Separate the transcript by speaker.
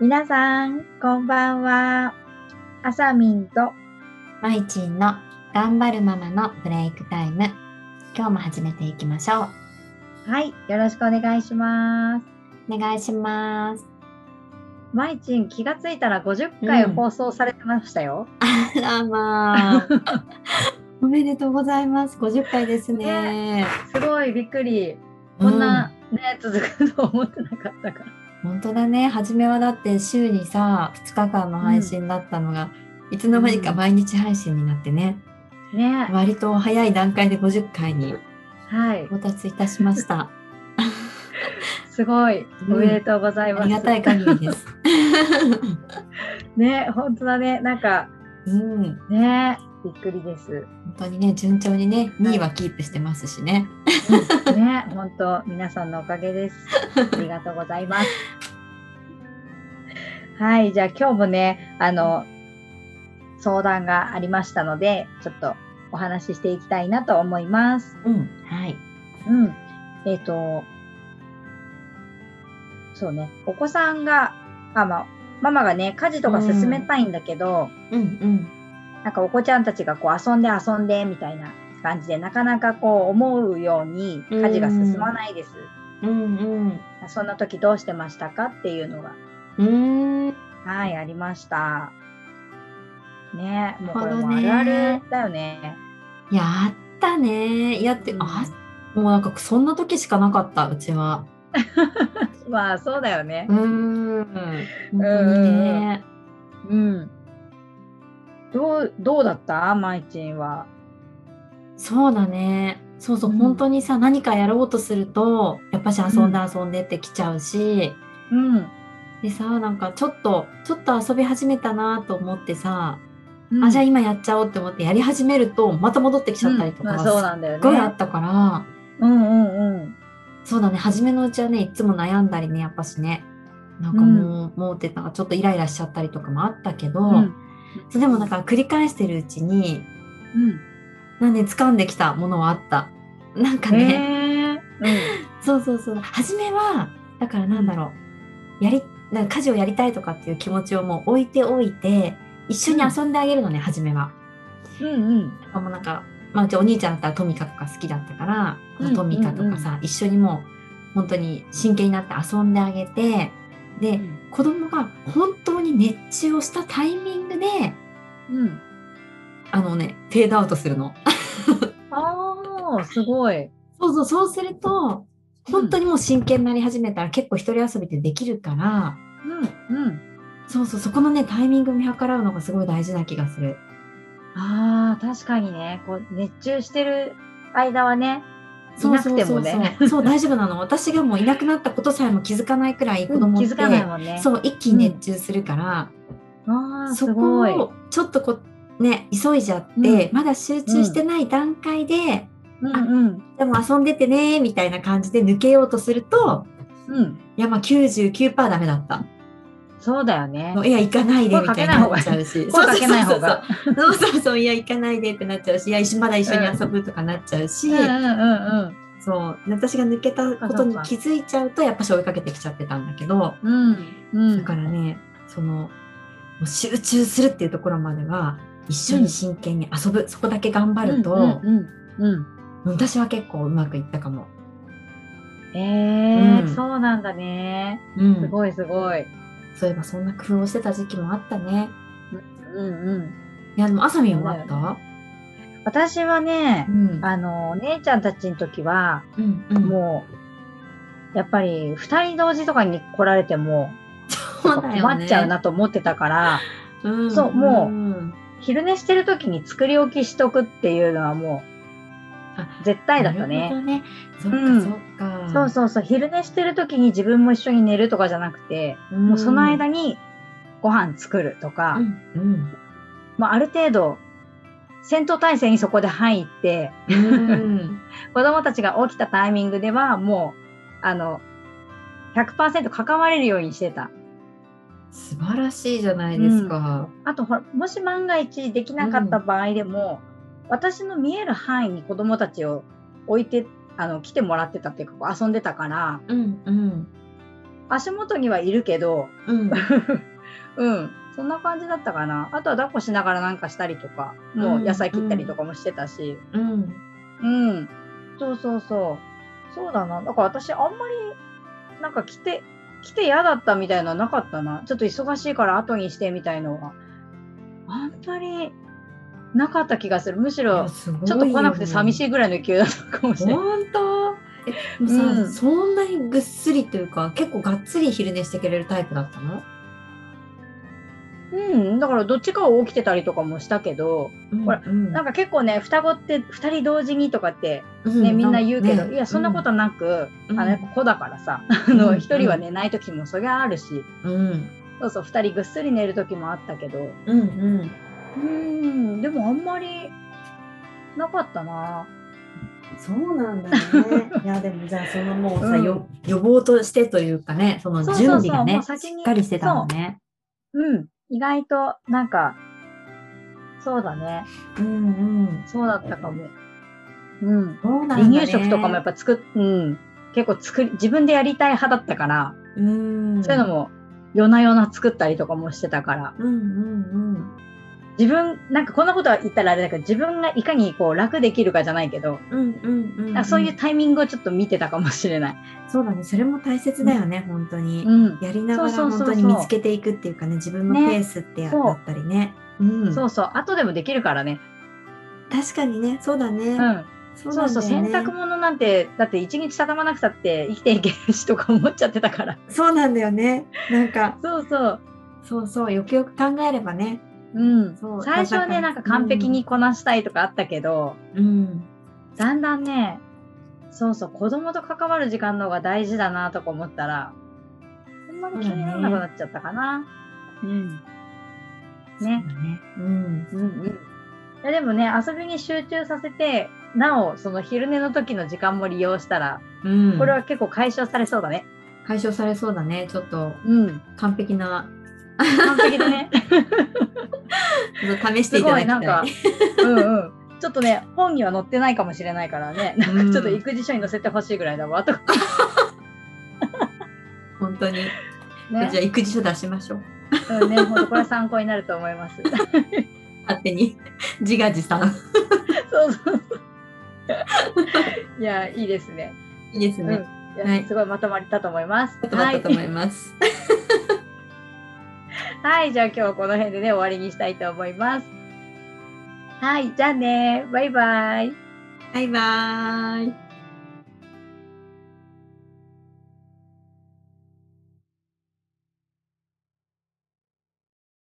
Speaker 1: 皆さん、こんばんは。あさみんと、
Speaker 2: まいちんの頑張るママのブレイクタイム。今日も始めていきましょ
Speaker 1: はい、よろしくお願いします。
Speaker 2: う。お願い します。
Speaker 1: まいちん、気がついたら50回
Speaker 2: うん
Speaker 1: 放送されてましたよ。
Speaker 2: あらまあ。 おめでとうございます。50回ですね。
Speaker 1: すごいびっくり。こんな、ね、続くと思ってなかったから。
Speaker 2: うん。本当だね。初めはだって週にさ、2日間の配信だったのが、いつの間にか毎日配信になってね、
Speaker 1: ね、
Speaker 2: 割と早い段階で50回に
Speaker 1: はい、
Speaker 2: 到達いたしました。
Speaker 1: すごい。お
Speaker 2: うん
Speaker 1: めでとうございます。
Speaker 2: ありがたい限り です。
Speaker 1: ね、本当だね。なんか、
Speaker 2: うん。本
Speaker 1: ね、びっくりです。
Speaker 2: 当にね、順調にね、2位はキープしてますしね。
Speaker 1: ね、本当皆さんのおかげです。ありがとうございます。はい、じゃあ今日もね、あの相談がありましたので、ちょっとお話ししていきたいなと思います。
Speaker 2: うん。はい。
Speaker 1: うん、えっ、とそうね、お子さんがあまあママがね家事とか進めたいんだけど、
Speaker 2: うん
Speaker 1: なんかお子ちゃんたちがこう遊んで遊んでみたいな感じでなかなかこう思うように家事が進まないです。
Speaker 2: うん。うん
Speaker 1: そんな時どうしてましたかっていうのが、
Speaker 2: うん。うーん。
Speaker 1: はい、ありました。ねえもうこ
Speaker 2: な
Speaker 1: れ
Speaker 2: るほ
Speaker 1: も
Speaker 2: ど
Speaker 1: うあ
Speaker 2: ね
Speaker 1: るあるだよね。
Speaker 2: やったね。いやって、
Speaker 1: うん
Speaker 2: あ、もうなんかそんな時しかなかった、うちは。
Speaker 1: まあ、そうだよね
Speaker 2: う。ーん。本当にね。
Speaker 1: うん。どう、どうだったまいちんは。
Speaker 2: そうだね。そうそう、
Speaker 1: うん
Speaker 2: 本当にさ、何かやろうとすると、やっぱし遊んで遊んでってきちゃうし、
Speaker 1: うん。
Speaker 2: でさ、なんかちょっと、ちょっと遊び始めたなと思ってさ、
Speaker 1: うん
Speaker 2: あじゃあ今やっちゃおうって思ってやり始めるとまた戻ってきちゃったりとか、
Speaker 1: うんまあそうなんだよ
Speaker 2: すっごいあ
Speaker 1: ね
Speaker 2: っ。たから
Speaker 1: うんうんうん。
Speaker 2: そうだね初めのうちはねいつも悩んだりねやっぱしねなんかもう、もうってなんかちょっとイライラしちゃったりとかもあったけど、
Speaker 1: うん
Speaker 2: そうでもなんか繰り返してるうちに
Speaker 1: うん。
Speaker 2: なんで掴んできたものはあったなんかね、
Speaker 1: へえ。
Speaker 2: そうそうそう初めはだからなんだろうやりなんか家事をやりたいとかっていう気持ちをもう置いておいて一緒に遊んであげるのね、初めは。
Speaker 1: うん。うんうん。
Speaker 2: あもうなんか、まあ、うちお兄ちゃんだったらトミカとか好きだったから、
Speaker 1: うん
Speaker 2: トミカとかさ、一緒にもう本当に真剣になって遊んであげてで、子供が本当に熱中をしたタイミングで
Speaker 1: うん。
Speaker 2: あのねフェードアウトするの。
Speaker 1: ああ、すごい。
Speaker 2: そうそうそうすると本当にもう真剣になり始めたら結構一人遊びってできるから、
Speaker 1: うんうん。
Speaker 2: そうそうそこのねタイミングを見計らうのがすごい大事な気がする。
Speaker 1: ああ、確かにね、こう熱中してる間はね、い
Speaker 2: そう
Speaker 1: な
Speaker 2: そ
Speaker 1: く
Speaker 2: う
Speaker 1: て
Speaker 2: そ
Speaker 1: も
Speaker 2: うそう
Speaker 1: ね。
Speaker 2: そう大丈夫なの私がもういなくなったことさえも気づかないくらい子供って、
Speaker 1: 気づかないもんね。
Speaker 2: そう一気に熱中するから、
Speaker 1: ああ、す
Speaker 2: そこ
Speaker 1: ごい。
Speaker 2: をちょっとこうね急いじゃって、
Speaker 1: うん
Speaker 2: まだ集中してない段階で、
Speaker 1: うんうん。
Speaker 2: でも遊んでてねみたいな感じで抜けようとすると
Speaker 1: うん。
Speaker 2: いやまあ99%ダメだった
Speaker 1: そうだよね
Speaker 2: も。ういや行かないでみたいになっちゃうし
Speaker 1: 声かけない方が
Speaker 2: そうそうそうそうそうそうそういや行かないでってなっちゃうしいやまだ一緒に遊ぶとかなっちゃうし、
Speaker 1: うんうんうん
Speaker 2: そう私が抜けたことに気づいちゃうとやっぱし追いかけてきちゃってたんだけど、
Speaker 1: うん。うんう
Speaker 2: だ
Speaker 1: ん。
Speaker 2: からねそのもう集中するっていうところまでは一緒に真剣に遊ぶ、そこだけ頑張ると、
Speaker 1: うんうん
Speaker 2: 私は結構うまくいったかも。
Speaker 1: うん。ええ、
Speaker 2: うん
Speaker 1: そうなんだね。
Speaker 2: うん
Speaker 1: すごいすごい。
Speaker 2: そういえばそんな工夫をしてた時期もあったね。
Speaker 1: うんうん。
Speaker 2: いやでもあさみんもあった、
Speaker 1: 私はね
Speaker 2: う、ん
Speaker 1: あの、お姉ちゃんたちの時は、
Speaker 2: うんうん
Speaker 1: もう、やっぱり二人同時とかに来られても、
Speaker 2: そうだよね
Speaker 1: 困っちゃうなと思ってたから、
Speaker 2: うん
Speaker 1: そうもうん昼寝してる時に作り置きしとくっていうのはもう、絶対だった
Speaker 2: なるほ
Speaker 1: ね。
Speaker 2: どね。そっ
Speaker 1: うん
Speaker 2: かそっか。
Speaker 1: そうそうそう、昼寝してる時に自分も一緒に寝るとかじゃなくて、
Speaker 2: ん
Speaker 1: もうその間にご飯作るとか、
Speaker 2: うんうん
Speaker 1: まあ、ある程度戦闘態勢にそこで入って
Speaker 2: うん。
Speaker 1: 子供たちが起きたタイミングではもうあの100%関われるようにしてた。
Speaker 2: 素晴らしいじゃないですか。
Speaker 1: あとほらもし万が一できなかった場合でも、私の見える範囲に子供たちを置いてあの来てもらってたっていうかこう遊んでたから
Speaker 2: うんうん。
Speaker 1: 足元にはいるけど、
Speaker 2: う ん、
Speaker 1: うん、そんな感じだったかな。あとは抱っこしながらなんかしたりとか、もう野菜切ったりとかもしてたし、
Speaker 2: うん、
Speaker 1: うん、そうそうそう。そうだな。だから私あんまりなんか来て、来て嫌だったみたいなのはなかったな。ちょっと忙しいから後にしてみたいのは。あんまりなかった気がする。むしろ、
Speaker 2: ちょっ
Speaker 1: ちょっと来なくて寂し
Speaker 2: い
Speaker 1: いぐらいの勢いだったかもしれない。
Speaker 2: 本当えでも
Speaker 1: う
Speaker 2: さ、
Speaker 1: ん
Speaker 2: そんなにぐっすりというか結構がっつり昼寝してくれるタイプだったの、
Speaker 1: うん、だからどっちかを起きてたりとかもしたけど、
Speaker 2: うん、
Speaker 1: ほら
Speaker 2: うん
Speaker 1: なんか結構ね、双子って2人同時にとかって
Speaker 2: うん
Speaker 1: ね、みんな言うけど、
Speaker 2: ね
Speaker 1: いやそんなことなく、
Speaker 2: うん
Speaker 1: あのやっぱ子だから さあ
Speaker 2: う
Speaker 1: の
Speaker 2: ん
Speaker 1: 一人は寝ない時もそりゃあるし、
Speaker 2: うん
Speaker 1: そうそう二人ぐっすり寝る時もあったけど
Speaker 2: うんうん
Speaker 1: うんでもあんまりなかったな
Speaker 2: そうな んだねいやでもじゃあそのもうさ、
Speaker 1: うん
Speaker 2: よ予防としてというかねその
Speaker 1: そうそうそ
Speaker 2: 準
Speaker 1: う
Speaker 2: 備が
Speaker 1: も
Speaker 2: ね
Speaker 1: う先に
Speaker 2: しっかりしてたのね
Speaker 1: うん意外となんかそうだね
Speaker 2: うんうん
Speaker 1: そうだったかもうん
Speaker 2: そうなんだね
Speaker 1: 離乳食とかもやっぱ作っ、うん、結構作り自分でやりたい派だったから、
Speaker 2: うん
Speaker 1: そういうのも夜な夜な作ったりとかもしてたから
Speaker 2: うんうんうん
Speaker 1: 自分なんかこんなことは言ったらあれだけど自分がいかにこう楽できるかじゃないけど、
Speaker 2: うんうんう
Speaker 1: な
Speaker 2: ん
Speaker 1: んかそういうタイミングをちょっと見てたかもしれない。
Speaker 2: そうだねそれも大切だよね、本当に、
Speaker 1: うん、
Speaker 2: やりながら
Speaker 1: そうそう
Speaker 2: 本
Speaker 1: そうそう
Speaker 2: 当に見つけていくっていうかね自分の
Speaker 1: ね
Speaker 2: ペースってや
Speaker 1: そう
Speaker 2: だったりねうん、
Speaker 1: そうそう後でもできるからね。
Speaker 2: 確かにねそうだね、
Speaker 1: うん、
Speaker 2: そう
Speaker 1: そ
Speaker 2: な
Speaker 1: うんそう
Speaker 2: だよ
Speaker 1: 洗
Speaker 2: ね
Speaker 1: 濯物なんてだって一日畳まなくたって生きていけるしとか思っちゃってたから。
Speaker 2: そうなんだよねなんか
Speaker 1: そうそう。
Speaker 2: そうそうよくよく考えればね
Speaker 1: うん、
Speaker 2: そう
Speaker 1: 最初はねなんか完璧にこなしたいとかあったけど、
Speaker 2: うん
Speaker 1: だんだんねそうそう子供と関わる時間の方が大事だなとか思ったらそんなに気にならなくなっちゃったかな。うん、ね。
Speaker 2: そうだね
Speaker 1: うんうん、いやでもね遊びに集中させてなおその昼寝の時の時間も利用したら
Speaker 2: うん、うん、
Speaker 1: これは結構解消されそうだね。
Speaker 2: 解消されそうだねちょっと
Speaker 1: うん、
Speaker 2: 完璧な
Speaker 1: 完璧だ ね。
Speaker 2: ちょっと試して
Speaker 1: す
Speaker 2: いた
Speaker 1: ご
Speaker 2: だ
Speaker 1: い
Speaker 2: きた
Speaker 1: ないんか、うんうん。ちょっとね本には載ってないかもしれないからね。なん
Speaker 2: うん
Speaker 1: かちょっと育児書に載せてほしいぐらいだわとか
Speaker 2: 本当に、 じゃ
Speaker 1: ね。
Speaker 2: あ育児書出しましょう
Speaker 1: うんね、ほんとこれは参考になると思い ます。
Speaker 2: 勝手に自画自賛
Speaker 1: そうそうそう。 いやいいですね。
Speaker 2: いいです
Speaker 1: う
Speaker 2: ね、
Speaker 1: ん。いや
Speaker 2: はい
Speaker 1: すごいまとまったと思います。
Speaker 2: ちょっと待ったと思います、
Speaker 1: はい、じゃあ今日はこの辺でね、終わりにしたいと思います。はい、じゃあね、バイバイ。
Speaker 2: バイバーイ